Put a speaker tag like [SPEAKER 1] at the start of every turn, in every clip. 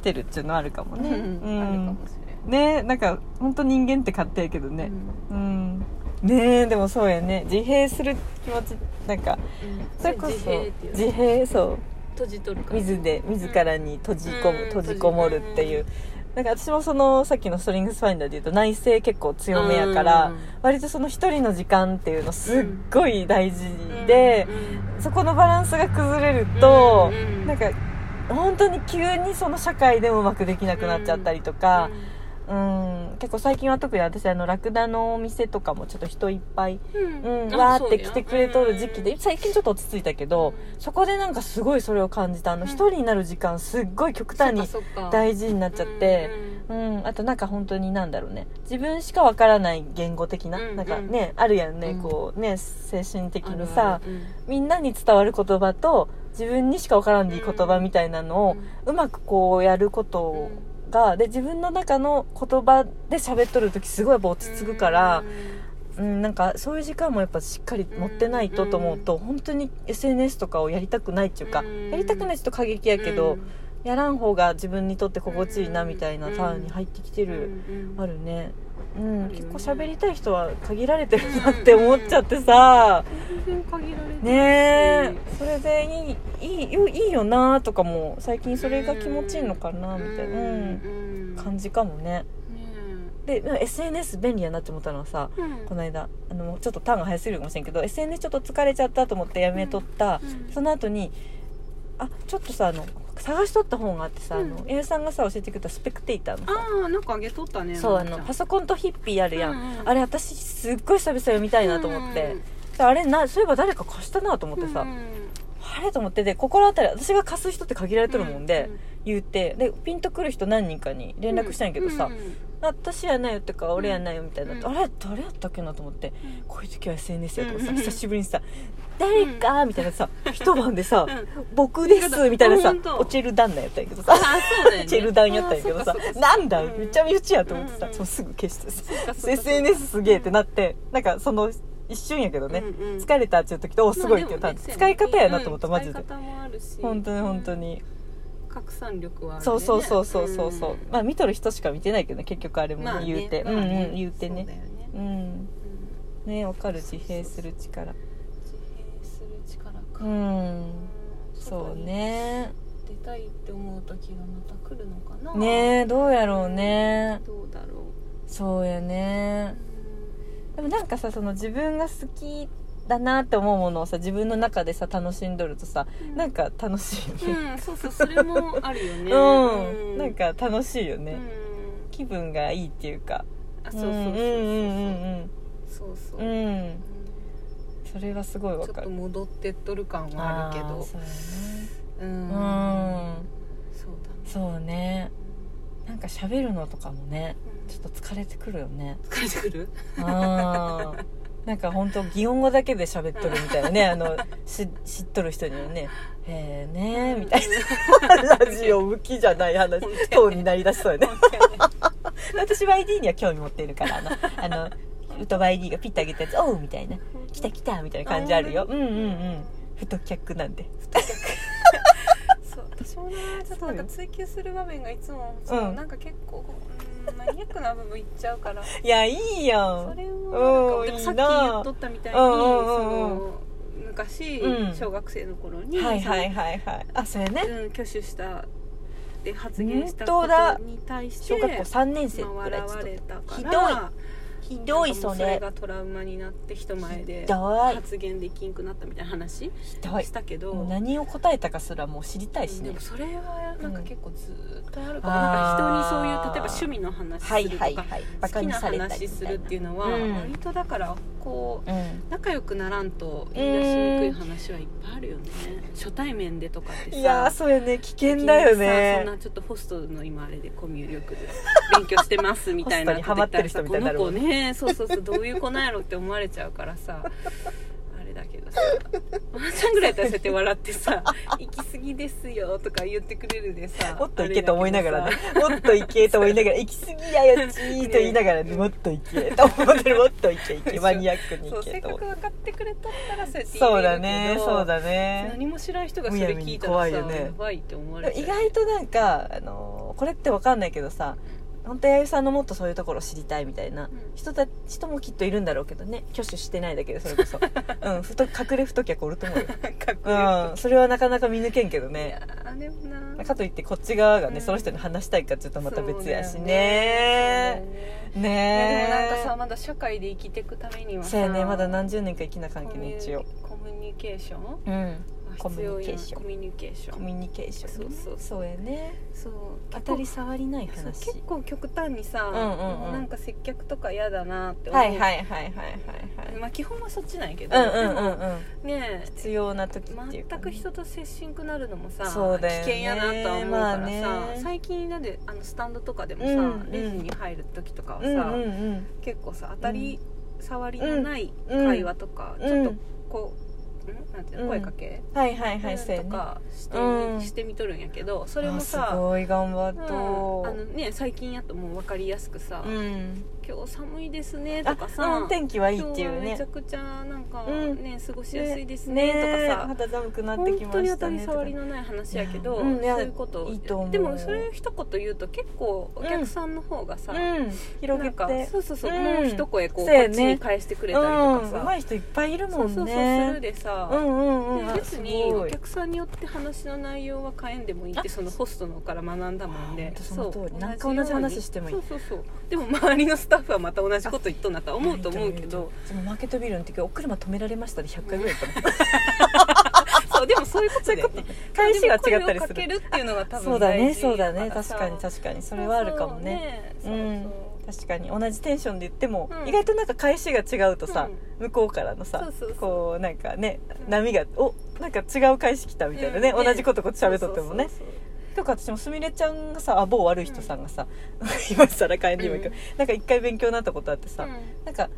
[SPEAKER 1] てるっていうのはあるかも
[SPEAKER 2] うん
[SPEAKER 1] ね、うん
[SPEAKER 2] あるかもしれん
[SPEAKER 1] ねなんか本当人間って勝手やけどね
[SPEAKER 2] うん
[SPEAKER 1] うん、ねえでもそうやね自閉する気持ちなんかそれこそ
[SPEAKER 2] 自閉っていう
[SPEAKER 1] 自閉そう
[SPEAKER 2] 閉じ取るから
[SPEAKER 1] 水で自らに閉じ込む、
[SPEAKER 2] うん
[SPEAKER 1] 閉じこもるっていう、なんか私もそのさっきのストリングスファインダーで言うと内政結構強めやから、割とその一人の時間っていうのすっごい大事
[SPEAKER 2] うん
[SPEAKER 1] で、
[SPEAKER 2] うん
[SPEAKER 1] そこのバランスが崩れると、
[SPEAKER 2] うん
[SPEAKER 1] なんか本当に急にその社会でもうまくできなくなっちゃったりとか、うん、結構最近は特に私あのラクダのお店とかもちょっと人いっぱい、
[SPEAKER 2] うん
[SPEAKER 1] うん、
[SPEAKER 2] あ
[SPEAKER 1] わー
[SPEAKER 2] そ
[SPEAKER 1] っ
[SPEAKER 2] うや
[SPEAKER 1] て来てくれとる時期で
[SPEAKER 2] うん
[SPEAKER 1] 最近ちょっと落ち着いたけどそこでなんかすごいそれを感じたあの
[SPEAKER 2] うん
[SPEAKER 1] 一人になる時間すっごい極端に
[SPEAKER 2] そっかそっか
[SPEAKER 1] 大事になっちゃって。うん、あとなんか本当になんだろうね自分しかわからない言語的な、
[SPEAKER 2] うん
[SPEAKER 1] なんかねあるやんね、
[SPEAKER 2] うん
[SPEAKER 1] こうね精神的
[SPEAKER 2] うんうん
[SPEAKER 1] にさ
[SPEAKER 2] あるある
[SPEAKER 1] みんなに伝わる言葉と自分にしかわからんでいい言葉みたいなのを
[SPEAKER 2] うん
[SPEAKER 1] うまくこうやること
[SPEAKER 2] うん
[SPEAKER 1] をがで自分の中の言葉で喋っとる時すごいやっぱ落ち着くから、うんなんかそういう時間もやっぱしっかり持ってないとと思うと、本当に SNS とかをやりたくないっていうか、
[SPEAKER 2] うん
[SPEAKER 1] やりたくないちょっと過激やけど、やらん方が自分にとって心地いいなみたいなターンに入ってきて
[SPEAKER 2] うん
[SPEAKER 1] る、
[SPEAKER 2] うんうん
[SPEAKER 1] あるね。うん、
[SPEAKER 2] あるよ
[SPEAKER 1] 結
[SPEAKER 2] ね
[SPEAKER 1] 構喋りたい人は限られてるなって思っちゃってさ、
[SPEAKER 2] 全然限られてるし
[SPEAKER 1] ねえそれでいいいいよいいよなとかも最近それが気持ちいいのかなみたいな、うん、
[SPEAKER 2] うん
[SPEAKER 1] 感じかもね。でうん SNS 便利やなって思ったのはさこの間あのちょっとターンが早すぎるかもしれんけど SNS ちょっと疲れちゃったと思ってやめとった、そ
[SPEAKER 2] の
[SPEAKER 1] の後にあちょっとさあの探しとった本があってさ、あ
[SPEAKER 2] う
[SPEAKER 1] の
[SPEAKER 2] ん
[SPEAKER 1] ゆうさんがさ教えてくれたスペクテイターのさ
[SPEAKER 2] ああなんかあげとったね
[SPEAKER 1] そうあ
[SPEAKER 2] ま
[SPEAKER 1] の
[SPEAKER 2] ー
[SPEAKER 1] パソコンとヒッピーある
[SPEAKER 2] ちゃ
[SPEAKER 1] やん、
[SPEAKER 2] んうんうん
[SPEAKER 1] あれ私すっごい久々読みたいなと思って、であれなそういえば誰か貸したなと思ってさ、
[SPEAKER 2] うんうん
[SPEAKER 1] あれと思ってで心当たり私が貸す人って限られてるもんで、言うてでピンとくる人何人かに連絡したんやけどさ、
[SPEAKER 2] うんうん
[SPEAKER 1] 私やないよとか俺やないよみたいな、
[SPEAKER 2] うん
[SPEAKER 1] あれ誰やったっけなと思って
[SPEAKER 2] うん
[SPEAKER 1] こういう時は SNS やとかさ、
[SPEAKER 2] うん
[SPEAKER 1] 久しぶりにさ「誰か」みたいなさ、一晩でさ
[SPEAKER 2] うん
[SPEAKER 1] 「僕です」みたいなさ
[SPEAKER 2] ほんと
[SPEAKER 1] 落ちる段なんやったんやけどさ
[SPEAKER 2] あそうだよね
[SPEAKER 1] チェルダンやったんやけどさ
[SPEAKER 2] あそっかそっか
[SPEAKER 1] なんだ
[SPEAKER 2] うん
[SPEAKER 1] めちゃめちゃやと思ってさ
[SPEAKER 2] うん
[SPEAKER 1] そうすぐ消してさ
[SPEAKER 2] そっかそっか
[SPEAKER 1] SNS すげえってなってなんかその一瞬やけどね
[SPEAKER 2] うんうん
[SPEAKER 1] 疲れたっていう時とおすごいっていう
[SPEAKER 2] ま
[SPEAKER 1] た
[SPEAKER 2] あでもね
[SPEAKER 1] 使い方やなと思った
[SPEAKER 2] うん
[SPEAKER 1] マジで
[SPEAKER 2] 使い方もあるし
[SPEAKER 1] 本当に本当に
[SPEAKER 2] 拡散力はあるね
[SPEAKER 1] そうそうそうそうそうそうんまあ見とる人しか見てないけどね結局あれも
[SPEAKER 2] まあね
[SPEAKER 1] 言うてう
[SPEAKER 2] ま
[SPEAKER 1] ん
[SPEAKER 2] あ
[SPEAKER 1] う
[SPEAKER 2] ね
[SPEAKER 1] ん言うて
[SPEAKER 2] そう
[SPEAKER 1] ね
[SPEAKER 2] だよね
[SPEAKER 1] うん
[SPEAKER 2] うん
[SPEAKER 1] ねわかる自閉する力
[SPEAKER 2] 自閉する力か、
[SPEAKER 1] うんそうね
[SPEAKER 2] 外に出たいって思う時がまた来るのかな
[SPEAKER 1] ねえどうやろうね
[SPEAKER 2] どうだろ
[SPEAKER 1] そうや
[SPEAKER 2] う
[SPEAKER 1] ねでもなんかさその自分が好きだなって思うものをさ自分の中でさ楽しんどるとさなんか楽しいよね、
[SPEAKER 2] うんそうそうそれもあるよね
[SPEAKER 1] うんなんか楽しいよ
[SPEAKER 2] う
[SPEAKER 1] ね、
[SPEAKER 2] ん
[SPEAKER 1] 気分がいいっていうか
[SPEAKER 2] あそうそうそう
[SPEAKER 1] うんうん
[SPEAKER 2] そうそうそう
[SPEAKER 1] うんうん
[SPEAKER 2] うん
[SPEAKER 1] うんそれはすごいわ
[SPEAKER 2] ちょ
[SPEAKER 1] か
[SPEAKER 2] っと
[SPEAKER 1] る
[SPEAKER 2] 戻ってっとる感はあるけ
[SPEAKER 1] ー
[SPEAKER 2] ど
[SPEAKER 1] そうやね
[SPEAKER 2] うん
[SPEAKER 1] うん
[SPEAKER 2] そうだね
[SPEAKER 1] そうねなんか喋るのとかもね
[SPEAKER 2] うん
[SPEAKER 1] ちょっと疲れてくるよ ね
[SPEAKER 2] 疲れてくる
[SPEAKER 1] あーなんか本当擬音語だけで喋っとるみたいなねあのし知っとる人にはね「へえねみたいな ラジオ向きじゃない話
[SPEAKER 2] 本当やね
[SPEAKER 1] 等になりだしそうよね
[SPEAKER 2] な本当やね
[SPEAKER 1] 私は ID には興味持っているからあのあの歌う ID がピッて上げたやつ「おう」みたいな「来た来た」みたいな感じあるようんうんうん太客なんで
[SPEAKER 2] そう私もねちょっとなんか追求する場面がいつも
[SPEAKER 1] そうよ
[SPEAKER 2] そう
[SPEAKER 1] うん
[SPEAKER 2] なんか結構うんマニアックな部分いっちゃうからそ
[SPEAKER 1] いやいいやん
[SPEAKER 2] れも
[SPEAKER 1] うん
[SPEAKER 2] なんかでもさっき
[SPEAKER 1] いいな
[SPEAKER 2] 言っとったみたいに
[SPEAKER 1] うんうんうんうん
[SPEAKER 2] その昔
[SPEAKER 1] うん
[SPEAKER 2] 小学生の頃に
[SPEAKER 1] はい
[SPEAKER 2] その
[SPEAKER 1] はいはいはいあそうやね
[SPEAKER 2] うん挙手したで発言した
[SPEAKER 1] 本
[SPEAKER 2] こ
[SPEAKER 1] 当だ
[SPEAKER 2] とに対して
[SPEAKER 1] 小学校3年生
[SPEAKER 2] まあ
[SPEAKER 1] ぐらいちょ
[SPEAKER 2] 笑
[SPEAKER 1] っ
[SPEAKER 2] わ
[SPEAKER 1] と
[SPEAKER 2] れたから
[SPEAKER 1] ひどいひどい
[SPEAKER 2] なんか
[SPEAKER 1] そ
[SPEAKER 2] も
[SPEAKER 1] う
[SPEAKER 2] それ
[SPEAKER 1] れ
[SPEAKER 2] がトラウマになって人前で
[SPEAKER 1] ひどい
[SPEAKER 2] 発言できんくなったみたいな話
[SPEAKER 1] ひどい
[SPEAKER 2] したけど
[SPEAKER 1] もう何を答えたかすらもう知りたいし
[SPEAKER 2] で
[SPEAKER 1] ね
[SPEAKER 2] もそれはなんか結構ずーっとあるかも、
[SPEAKER 1] うん
[SPEAKER 2] なんか人にそういう
[SPEAKER 1] あー
[SPEAKER 2] 例えば趣味の話す
[SPEAKER 1] はい
[SPEAKER 2] るとか、
[SPEAKER 1] はいはい
[SPEAKER 2] 好
[SPEAKER 1] バカ
[SPEAKER 2] き
[SPEAKER 1] に
[SPEAKER 2] な
[SPEAKER 1] されたり
[SPEAKER 2] 話
[SPEAKER 1] み
[SPEAKER 2] す
[SPEAKER 1] た
[SPEAKER 2] る
[SPEAKER 1] い
[SPEAKER 2] っ
[SPEAKER 1] な
[SPEAKER 2] ていうのは、
[SPEAKER 1] うん
[SPEAKER 2] 割とだからこう
[SPEAKER 1] うん
[SPEAKER 2] 仲良くならんと言い出しにくい話はいっぱいあるよね、初対面でとかってさ
[SPEAKER 1] いやーそうやね危険だよ
[SPEAKER 2] 最近さそん
[SPEAKER 1] ね
[SPEAKER 2] なちょっとホストの今あれでコミュ力で勉強してますみたいな
[SPEAKER 1] ホストにハマってる人みたいになる
[SPEAKER 2] こ
[SPEAKER 1] も
[SPEAKER 2] の
[SPEAKER 1] ん
[SPEAKER 2] 子ねそうそうそうどういう子なんやろって思われちゃうからさあれだけどさワンさんぐらい出せて笑っ てさ「行き過ぎですよ」とか言ってくれるでさ
[SPEAKER 1] もっといけと思いながらねもっといけと思いながら行き過ぎや よちーと言いながらねもっといけと思ってるもっといけいけマニアックに
[SPEAKER 2] そう
[SPEAKER 1] いけ
[SPEAKER 2] 性
[SPEAKER 1] と思っ
[SPEAKER 2] 格
[SPEAKER 1] て
[SPEAKER 2] 分かってくれとったらそうやって言えるけど
[SPEAKER 1] そうだねそうだね
[SPEAKER 2] 何も知らん人がそれ聞いたらさ
[SPEAKER 1] むやみに怖いよね
[SPEAKER 2] やばいって思わ
[SPEAKER 1] で
[SPEAKER 2] れ
[SPEAKER 1] も
[SPEAKER 2] ちゃう
[SPEAKER 1] 意外となんかあのこれってわかんないけどさ本当弥生さんのもっとそういうところを知りたいみたいな
[SPEAKER 2] うん
[SPEAKER 1] 人た人もきっといるんだろうけどね挙手してないだけでそれこ そ、うん、太隠れ太客おると思うよ、
[SPEAKER 2] かっ こいいよ
[SPEAKER 1] うん、それはなかなか見抜けんけど
[SPEAKER 2] い
[SPEAKER 1] ね
[SPEAKER 2] やーでもな
[SPEAKER 1] かといってこっち側がね、
[SPEAKER 2] うん
[SPEAKER 1] その人に話したいかちょっとまた別やし
[SPEAKER 2] そうだよ
[SPEAKER 1] ねね
[SPEAKER 2] いやでもなんか
[SPEAKER 1] え
[SPEAKER 2] さまだ社会で生きていくためにはさ
[SPEAKER 1] そうやねまだ何十年か生きな関係ね一応
[SPEAKER 2] コミュニケーションは
[SPEAKER 1] うんコミ
[SPEAKER 2] 必
[SPEAKER 1] ュ
[SPEAKER 2] 要
[SPEAKER 1] ニケーション
[SPEAKER 2] やんコミュニケーショ
[SPEAKER 1] コ
[SPEAKER 2] ン
[SPEAKER 1] ミュニケーションね
[SPEAKER 2] そうそう
[SPEAKER 1] そうやね
[SPEAKER 2] そう
[SPEAKER 1] 当たり障りない
[SPEAKER 2] 結構
[SPEAKER 1] 話
[SPEAKER 2] そう結構極端にさ、
[SPEAKER 1] んうんうん
[SPEAKER 2] なんか接客とか嫌だなって思う、
[SPEAKER 1] はいはいはいはいはいはい
[SPEAKER 2] まあ基本はそっちなんやけど、
[SPEAKER 1] うんうん
[SPEAKER 2] で
[SPEAKER 1] う
[SPEAKER 2] も
[SPEAKER 1] んうん
[SPEAKER 2] ねえ
[SPEAKER 1] 必要な時っていうか
[SPEAKER 2] 全
[SPEAKER 1] ね、
[SPEAKER 2] く人と接しんくなるのもさ、
[SPEAKER 1] そうだ
[SPEAKER 2] 危
[SPEAKER 1] よね
[SPEAKER 2] 険やなとは思うから
[SPEAKER 1] まあ
[SPEAKER 2] さ、
[SPEAKER 1] ね
[SPEAKER 2] 最近なんであのスタンドとかでもさ、
[SPEAKER 1] うんうん
[SPEAKER 2] レジに入る時とかはさ、
[SPEAKER 1] うんうん
[SPEAKER 2] 結構さ当たり障りのない会話とか、
[SPEAKER 1] うん
[SPEAKER 2] ちょっとこう、ん、なんていうの声かけ、
[SPEAKER 1] うんはいはいはいそうや
[SPEAKER 2] と
[SPEAKER 1] ね
[SPEAKER 2] かして,、
[SPEAKER 1] うん
[SPEAKER 2] してみとるんやけどそれも
[SPEAKER 1] あす
[SPEAKER 2] さ、
[SPEAKER 1] ごい頑張っ
[SPEAKER 2] うんあ
[SPEAKER 1] と
[SPEAKER 2] のね、最近やともう分かりやすくさ「
[SPEAKER 1] うん
[SPEAKER 2] 今日寒いですね」と
[SPEAKER 1] あ
[SPEAKER 2] かさ、
[SPEAKER 1] うん天気はいいっていう
[SPEAKER 2] 今日はめちゃ
[SPEAKER 1] ね
[SPEAKER 2] くちゃなんか
[SPEAKER 1] うん
[SPEAKER 2] ね、過ごしやすいですねとかさ、
[SPEAKER 1] 肌寒くなってき
[SPEAKER 2] 本
[SPEAKER 1] ま
[SPEAKER 2] 当に
[SPEAKER 1] し
[SPEAKER 2] 当
[SPEAKER 1] た
[SPEAKER 2] たり
[SPEAKER 1] ね
[SPEAKER 2] 障りのない話やけど、
[SPEAKER 1] うんいや
[SPEAKER 2] そういうこと
[SPEAKER 1] いいと思う
[SPEAKER 2] でもそれ一言言うと結構お客さんの方がさ、
[SPEAKER 1] うん広
[SPEAKER 2] な
[SPEAKER 1] げ
[SPEAKER 2] んか
[SPEAKER 1] て
[SPEAKER 2] そうそうそう、
[SPEAKER 1] うん
[SPEAKER 2] もう一声こう
[SPEAKER 1] そうや
[SPEAKER 2] こ
[SPEAKER 1] ね
[SPEAKER 2] っちに返してくれたりとか
[SPEAKER 1] うん
[SPEAKER 2] さ、
[SPEAKER 1] 上手い人いっぱいいる
[SPEAKER 2] そ
[SPEAKER 1] も
[SPEAKER 2] うそ
[SPEAKER 1] ん
[SPEAKER 2] うそうする
[SPEAKER 1] ね
[SPEAKER 2] でさ、
[SPEAKER 1] うんうんうん
[SPEAKER 2] で
[SPEAKER 1] あ
[SPEAKER 2] 別に
[SPEAKER 1] すご
[SPEAKER 2] お
[SPEAKER 1] い
[SPEAKER 2] 客さんによって話の内容は変えんでもいいってそのホストのから学んだもん
[SPEAKER 1] あ
[SPEAKER 2] で
[SPEAKER 1] 本当その通り何回
[SPEAKER 2] ように
[SPEAKER 1] 同じ話してもいい
[SPEAKER 2] そうそうそうでも周りのスタッフはまた同じこと言っとんなとは思うと思うけど
[SPEAKER 1] でもマーケットビルの時お車止められましたで100回ぐらい言ったもん
[SPEAKER 2] そうでもそういうことだよね
[SPEAKER 1] 返しが違った
[SPEAKER 2] で
[SPEAKER 1] り
[SPEAKER 2] も声を
[SPEAKER 1] す
[SPEAKER 2] かけ
[SPEAKER 1] る
[SPEAKER 2] るっていうのが多
[SPEAKER 1] そう
[SPEAKER 2] 分
[SPEAKER 1] だね
[SPEAKER 2] 大事
[SPEAKER 1] そうだね
[SPEAKER 2] から
[SPEAKER 1] 確
[SPEAKER 2] さ
[SPEAKER 1] かに確かにそれはあるかもね
[SPEAKER 2] そうそうね
[SPEAKER 1] 確かに同じテンションで言っても、
[SPEAKER 2] うん
[SPEAKER 1] 意外となんか返しが違うとさ、向こうからの
[SPEAKER 2] そ
[SPEAKER 1] さ
[SPEAKER 2] うそうそう
[SPEAKER 1] こうなんかね
[SPEAKER 2] うん
[SPEAKER 1] 波がおなんか違う返し来たみたいなね,、
[SPEAKER 2] うんね
[SPEAKER 1] 同じことこっち
[SPEAKER 2] そう
[SPEAKER 1] 喋っとってもね
[SPEAKER 2] そうそう
[SPEAKER 1] とか私もすみれちゃんがさあ某悪い人さんがさ、 今更帰りも行く、
[SPEAKER 2] うん
[SPEAKER 1] なんか一回勉強になったことあって
[SPEAKER 2] そ
[SPEAKER 1] さ、
[SPEAKER 2] うう
[SPEAKER 1] なんか、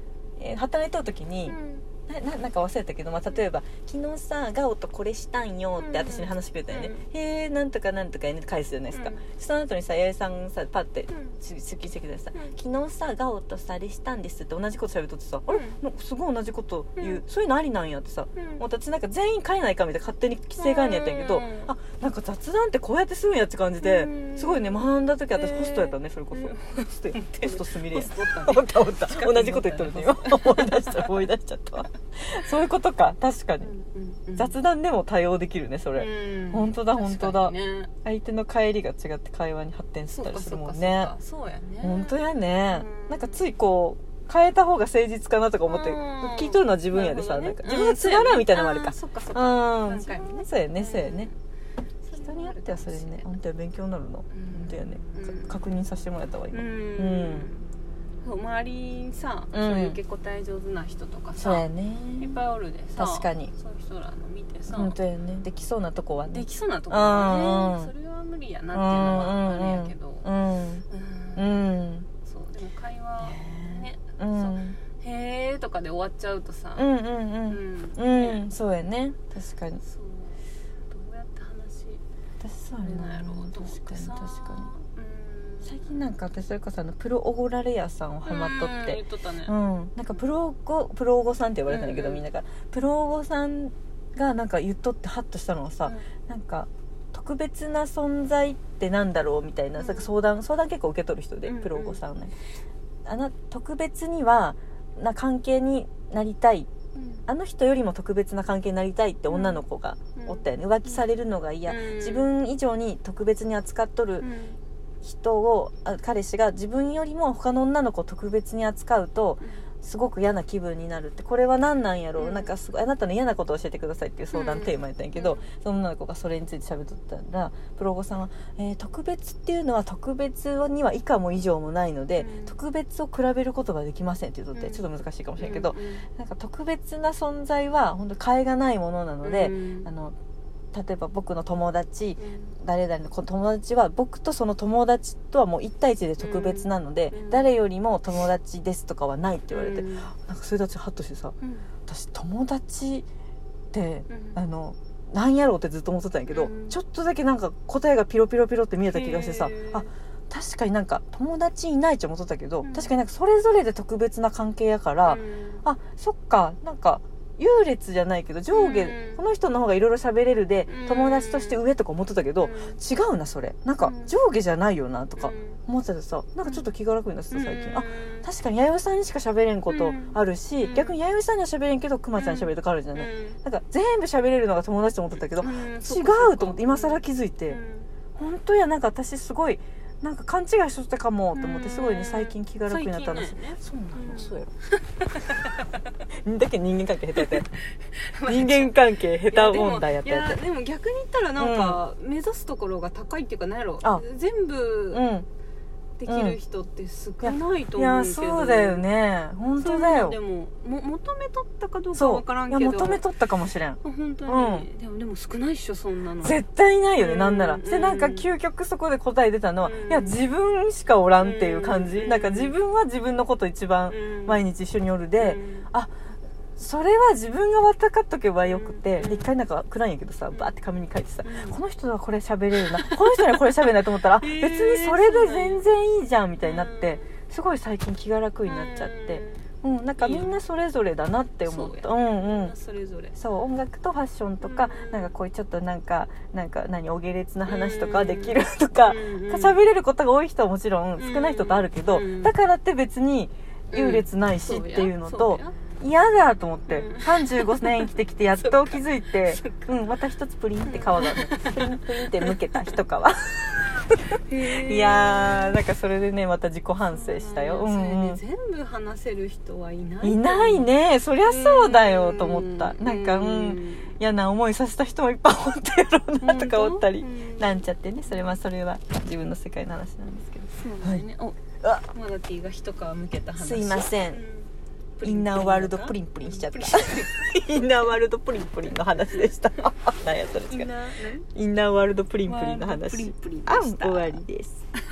[SPEAKER 1] えー働いとる時に
[SPEAKER 2] ん、うん
[SPEAKER 1] なななんか忘れたけど、まあ、例えば「昨日さガオとこれしたんよ」って私に話してくれたよね
[SPEAKER 2] うん
[SPEAKER 1] 「へえなんとかなんとかやね」って返すじゃないですか、
[SPEAKER 2] うん
[SPEAKER 1] その後にさ八重さんがさパッて
[SPEAKER 2] うん
[SPEAKER 1] 出勤してきてさ
[SPEAKER 2] うん
[SPEAKER 1] 昨日さガオとさあれしたんですって同じこと喋っとってさ、
[SPEAKER 2] うん
[SPEAKER 1] あれなんかすごい同じこと言う、
[SPEAKER 2] うん
[SPEAKER 1] そういうのありなんやってさ、
[SPEAKER 2] うん
[SPEAKER 1] 私なんか全員変えないかみたいな勝手に規制概念やったんやけど、
[SPEAKER 2] うん
[SPEAKER 1] あなんか雑談ってこうやってするんやって感じで、
[SPEAKER 2] うん
[SPEAKER 1] すごいね学んだ時私
[SPEAKER 2] へー
[SPEAKER 1] ホストやったねそれこそ、
[SPEAKER 2] う
[SPEAKER 1] ホ
[SPEAKER 2] ん
[SPEAKER 1] ストやホストすみれや
[SPEAKER 2] ホストだね
[SPEAKER 1] おったおった
[SPEAKER 2] 近く に
[SPEAKER 1] 同じこと言っとるね今 思い出した思い出しちゃったわそういうことか確かに、
[SPEAKER 2] うん
[SPEAKER 1] 雑談でも対応できるねそれ、
[SPEAKER 2] うん
[SPEAKER 1] 本当だ本当だ
[SPEAKER 2] 確かにね
[SPEAKER 1] 相手の帰りが違って会話に発展し
[SPEAKER 2] そう
[SPEAKER 1] た
[SPEAKER 2] か
[SPEAKER 1] りす
[SPEAKER 2] そ
[SPEAKER 1] るも
[SPEAKER 2] うか
[SPEAKER 1] ん
[SPEAKER 2] そう
[SPEAKER 1] ね
[SPEAKER 2] かそうやね
[SPEAKER 1] 本当やね、
[SPEAKER 2] うん
[SPEAKER 1] なんかついこう変えた方が誠実かなとか思って、
[SPEAKER 2] うん
[SPEAKER 1] 聞いとるのは自分やでさ、なん
[SPEAKER 2] るほ
[SPEAKER 1] か
[SPEAKER 2] ど
[SPEAKER 1] 自
[SPEAKER 2] ね
[SPEAKER 1] 分がつまらんみたいなのもあるか
[SPEAKER 2] うん、そっかそっ
[SPEAKER 1] う
[SPEAKER 2] か
[SPEAKER 1] ん、
[SPEAKER 2] 何回もね
[SPEAKER 1] そうやねそうやね、
[SPEAKER 2] うん
[SPEAKER 1] 人によってはそれねあんたは勉強になるの、本当やね、
[SPEAKER 2] うん
[SPEAKER 1] か確認させてもらったわ
[SPEAKER 2] う
[SPEAKER 1] 今、
[SPEAKER 2] んそう周りにさ
[SPEAKER 1] うん
[SPEAKER 2] そういう受け答え上手な人とか
[SPEAKER 1] そうや
[SPEAKER 2] さ
[SPEAKER 1] ね
[SPEAKER 2] いっぱいおるでさ
[SPEAKER 1] 確かに
[SPEAKER 2] そういう人らの見てさ
[SPEAKER 1] 本当やねできそうなとこはね
[SPEAKER 2] できそうなとこは
[SPEAKER 1] うん
[SPEAKER 2] ねそれは無理やなっていうのはあるんやけど
[SPEAKER 1] うんう
[SPEAKER 2] うん
[SPEAKER 1] ん
[SPEAKER 2] そうでも会話ね
[SPEAKER 1] う
[SPEAKER 2] そ
[SPEAKER 1] ん
[SPEAKER 2] 「へーとかで終わっちゃうとさ
[SPEAKER 1] うんうんう
[SPEAKER 2] うんん
[SPEAKER 1] う
[SPEAKER 2] ね
[SPEAKER 1] んそうやね確かに
[SPEAKER 2] そうどうやって話
[SPEAKER 1] 私そう
[SPEAKER 2] あ
[SPEAKER 1] や
[SPEAKER 2] れなんや
[SPEAKER 1] な
[SPEAKER 2] ろうと思っ
[SPEAKER 1] 確か
[SPEAKER 2] て
[SPEAKER 1] に
[SPEAKER 2] さ
[SPEAKER 1] 確かに
[SPEAKER 2] うん
[SPEAKER 1] 最近なんか私それこそあのプロおごられ屋さんをハマっとっ
[SPEAKER 2] うん言
[SPEAKER 1] て
[SPEAKER 2] っとったね
[SPEAKER 1] う、
[SPEAKER 2] うん
[SPEAKER 1] なんかプロゴプロゴさんって呼ばれたんだけど、
[SPEAKER 2] うんう
[SPEAKER 1] み
[SPEAKER 2] ん
[SPEAKER 1] んなからプロゴさんがなんか言っとってハッとしたのはさ、
[SPEAKER 2] ん
[SPEAKER 1] なんか特別な存在ってなんだろうみたいな,、
[SPEAKER 2] うん
[SPEAKER 1] なんか相談相談結構受け取る人で、
[SPEAKER 2] うんうん
[SPEAKER 1] プロゴさんねあの特別にはな関係になりたいあの人よりも特別な関係になりたいって女の子がおったよね、浮気されるのが嫌、
[SPEAKER 2] うん
[SPEAKER 1] 自分以上に特別に扱っとる
[SPEAKER 2] うん
[SPEAKER 1] 人をあ彼氏が自分よりも他の女の子を特別に扱うとすごく嫌な気分になるってこれは何なんやろう、
[SPEAKER 2] うん
[SPEAKER 1] なんかすごいあなたの嫌なことを教えてくださいっていう相談テーマやったんやけど、その女の子がそれについて喋っとったらプロゴさんは、えー特別っていうのは特別には以下も以上もないので、
[SPEAKER 2] うん
[SPEAKER 1] 特別を比べることができませんって言うとって、
[SPEAKER 2] うん
[SPEAKER 1] ちょっと難しいかも
[SPEAKER 2] う
[SPEAKER 1] し
[SPEAKER 2] ん
[SPEAKER 1] れんけど、
[SPEAKER 2] う
[SPEAKER 1] なんか特別な存在は本当替えがないものなの
[SPEAKER 2] ん
[SPEAKER 1] で、
[SPEAKER 2] うん
[SPEAKER 1] あの例えば僕の友達
[SPEAKER 2] うん
[SPEAKER 1] 誰々のこの友達は僕とその友達とはもう1対1で特別なので、
[SPEAKER 2] うんうん
[SPEAKER 1] 誰よりも友達ですとかはないって言われて、
[SPEAKER 2] うん
[SPEAKER 1] なんかそれたちハッとしてさ
[SPEAKER 2] うん
[SPEAKER 1] 私友達って
[SPEAKER 2] うん
[SPEAKER 1] あのなんやろうってずっと思ってたんやけど、
[SPEAKER 2] うん
[SPEAKER 1] ちょっとだけなんか答えがピロピロピロって見えた気がしてさ
[SPEAKER 2] へー
[SPEAKER 1] あ確かになんか友達いないっちゃ思ってたけど、
[SPEAKER 2] うん
[SPEAKER 1] 確かになんかそれぞれで特別な関係やから、
[SPEAKER 2] うん
[SPEAKER 1] あそっかなんか優劣じゃないけど上下、
[SPEAKER 2] うん
[SPEAKER 1] この人の方がいろいろ喋れるで、
[SPEAKER 2] うん
[SPEAKER 1] 友達として上とか思ってたけど、
[SPEAKER 2] うん
[SPEAKER 1] 違うなそれなんか
[SPEAKER 2] うん
[SPEAKER 1] 上下じゃないよなとか
[SPEAKER 2] うん
[SPEAKER 1] 思ってたらさなんかちょっと気が楽になってた最近、あ
[SPEAKER 2] うん
[SPEAKER 1] 確かに弥生さんにしか喋れんことあるし、
[SPEAKER 2] うん
[SPEAKER 1] 逆に弥生さんには喋れんけど熊ちゃんに喋るとかあるじゃない、
[SPEAKER 2] うん
[SPEAKER 1] なんか全部喋れるのが友達と思ってたけど、
[SPEAKER 2] うん
[SPEAKER 1] 違うと思って今更気づいて、本当やなんか私すごいなんか勘違いしとったかもと思ってすごいね最近気が楽になったんです、
[SPEAKER 2] 最近だよね
[SPEAKER 1] そうなの、
[SPEAKER 2] うん
[SPEAKER 1] そうや ろだけど人間関係下手やったよ人
[SPEAKER 2] 間
[SPEAKER 1] 間関係下手問題やった
[SPEAKER 2] い
[SPEAKER 1] や
[SPEAKER 2] や
[SPEAKER 1] つ
[SPEAKER 2] でも逆に言ったらなんか目指すところが高いっていうかなんやろ
[SPEAKER 1] あ
[SPEAKER 2] 全
[SPEAKER 1] う
[SPEAKER 2] 部
[SPEAKER 1] ん
[SPEAKER 2] できる人って少ないと
[SPEAKER 1] い
[SPEAKER 2] 思
[SPEAKER 1] や
[SPEAKER 2] うけど
[SPEAKER 1] そうだよね本当だよ
[SPEAKER 2] でもも求めとったかどうか
[SPEAKER 1] そ
[SPEAKER 2] わから
[SPEAKER 1] うんい
[SPEAKER 2] け
[SPEAKER 1] や
[SPEAKER 2] ど
[SPEAKER 1] 求めとったかもしれん
[SPEAKER 2] あ本当に、でもでも少ないっしょそんなの
[SPEAKER 1] 絶対ないよね、
[SPEAKER 2] うん
[SPEAKER 1] なんなら。
[SPEAKER 2] うん
[SPEAKER 1] で、なんか究極そこで答え出たのは、
[SPEAKER 2] うん
[SPEAKER 1] いや、自分しかおらんっていう感じ。
[SPEAKER 2] うん
[SPEAKER 1] なんか自分は自分のこと一番
[SPEAKER 2] うん
[SPEAKER 1] 毎日一緒におる
[SPEAKER 2] う
[SPEAKER 1] で、
[SPEAKER 2] ん
[SPEAKER 1] それは自分が分かっとけばよくて、
[SPEAKER 2] うん
[SPEAKER 1] で一回なんか暗いんやけどさ、バーって紙に書いてさ、
[SPEAKER 2] うん
[SPEAKER 1] この人はこれ喋れるな、この人にはこれ喋れないと思ったら、 あ別
[SPEAKER 2] へー
[SPEAKER 1] にそれで全然いいじゃんみたいになって、すごい最近気が楽になっちゃって、、うん、なんかみんなそれぞれだなって思った。
[SPEAKER 2] そううん
[SPEAKER 1] うん。
[SPEAKER 2] それぞれ
[SPEAKER 1] そう音楽とファッションとか、
[SPEAKER 2] うん
[SPEAKER 1] なんかこういうちょっとなんかなんか何お下劣な話とかできるとか、喋
[SPEAKER 2] 喋
[SPEAKER 1] れることが多い人はもちろん
[SPEAKER 2] うん
[SPEAKER 1] 少ない人とあるけど、
[SPEAKER 2] うん
[SPEAKER 1] だからって別に優劣ないしっていうのと、嫌だと思って、
[SPEAKER 2] うん
[SPEAKER 1] 35年生きてきてやっと気づい て
[SPEAKER 2] そっか
[SPEAKER 1] うんまた一つプリンって皮 がねプリンプリンって剥けた一皮い
[SPEAKER 2] い
[SPEAKER 1] やーなんかそれでねまた自己反省したよ、うんうん
[SPEAKER 2] それで全部話せる人はいない
[SPEAKER 1] いないねそりゃそうだよ
[SPEAKER 2] ん
[SPEAKER 1] と思った、なんかうん
[SPEAKER 2] ん
[SPEAKER 1] 嫌な思いさせた人もいっぱいおったやろうなとか思ったり
[SPEAKER 2] 本当うん
[SPEAKER 1] なんちゃってねそれはそれは自分の世界の話なんですけど
[SPEAKER 2] そうだよね、
[SPEAKER 1] うわ
[SPEAKER 2] おまだティが一皮むけた話
[SPEAKER 1] すいません
[SPEAKER 2] う
[SPEAKER 1] インナーワールドプリンプリンしちゃった
[SPEAKER 2] プ
[SPEAKER 1] インナーワールドプリンプリンの話でした 何やそれ
[SPEAKER 2] リンインナー何
[SPEAKER 1] インナーワールドプリンプリンの
[SPEAKER 2] ワールドプリ
[SPEAKER 1] 話
[SPEAKER 2] ンプリンで
[SPEAKER 1] あ
[SPEAKER 2] した
[SPEAKER 1] 終わりです